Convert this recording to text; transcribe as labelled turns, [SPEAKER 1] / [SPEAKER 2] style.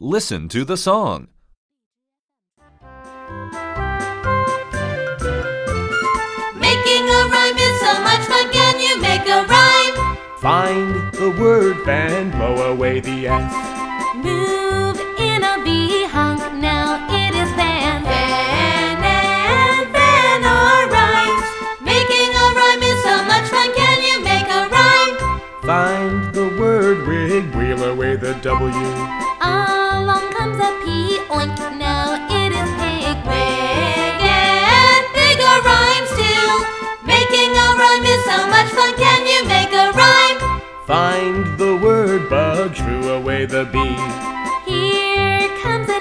[SPEAKER 1] Listen to the song.
[SPEAKER 2] Making a rhyme is so much fun. Can you make a rhyme?
[SPEAKER 3] Find the word and blow away the F.
[SPEAKER 2] Move in a beehunk. Now it is then. Then and then, alright. Making a rhyme is so much fun. Can you make a rhyme?
[SPEAKER 3] Find the word wig, wheel away the W.
[SPEAKER 2] Along comes a pea oink. Now it is pig wig and bigger rhymes too. Making a rhyme is so much fun. Can you make a rhyme?
[SPEAKER 3] Find the word bug, drew away the B.
[SPEAKER 2] Here comes a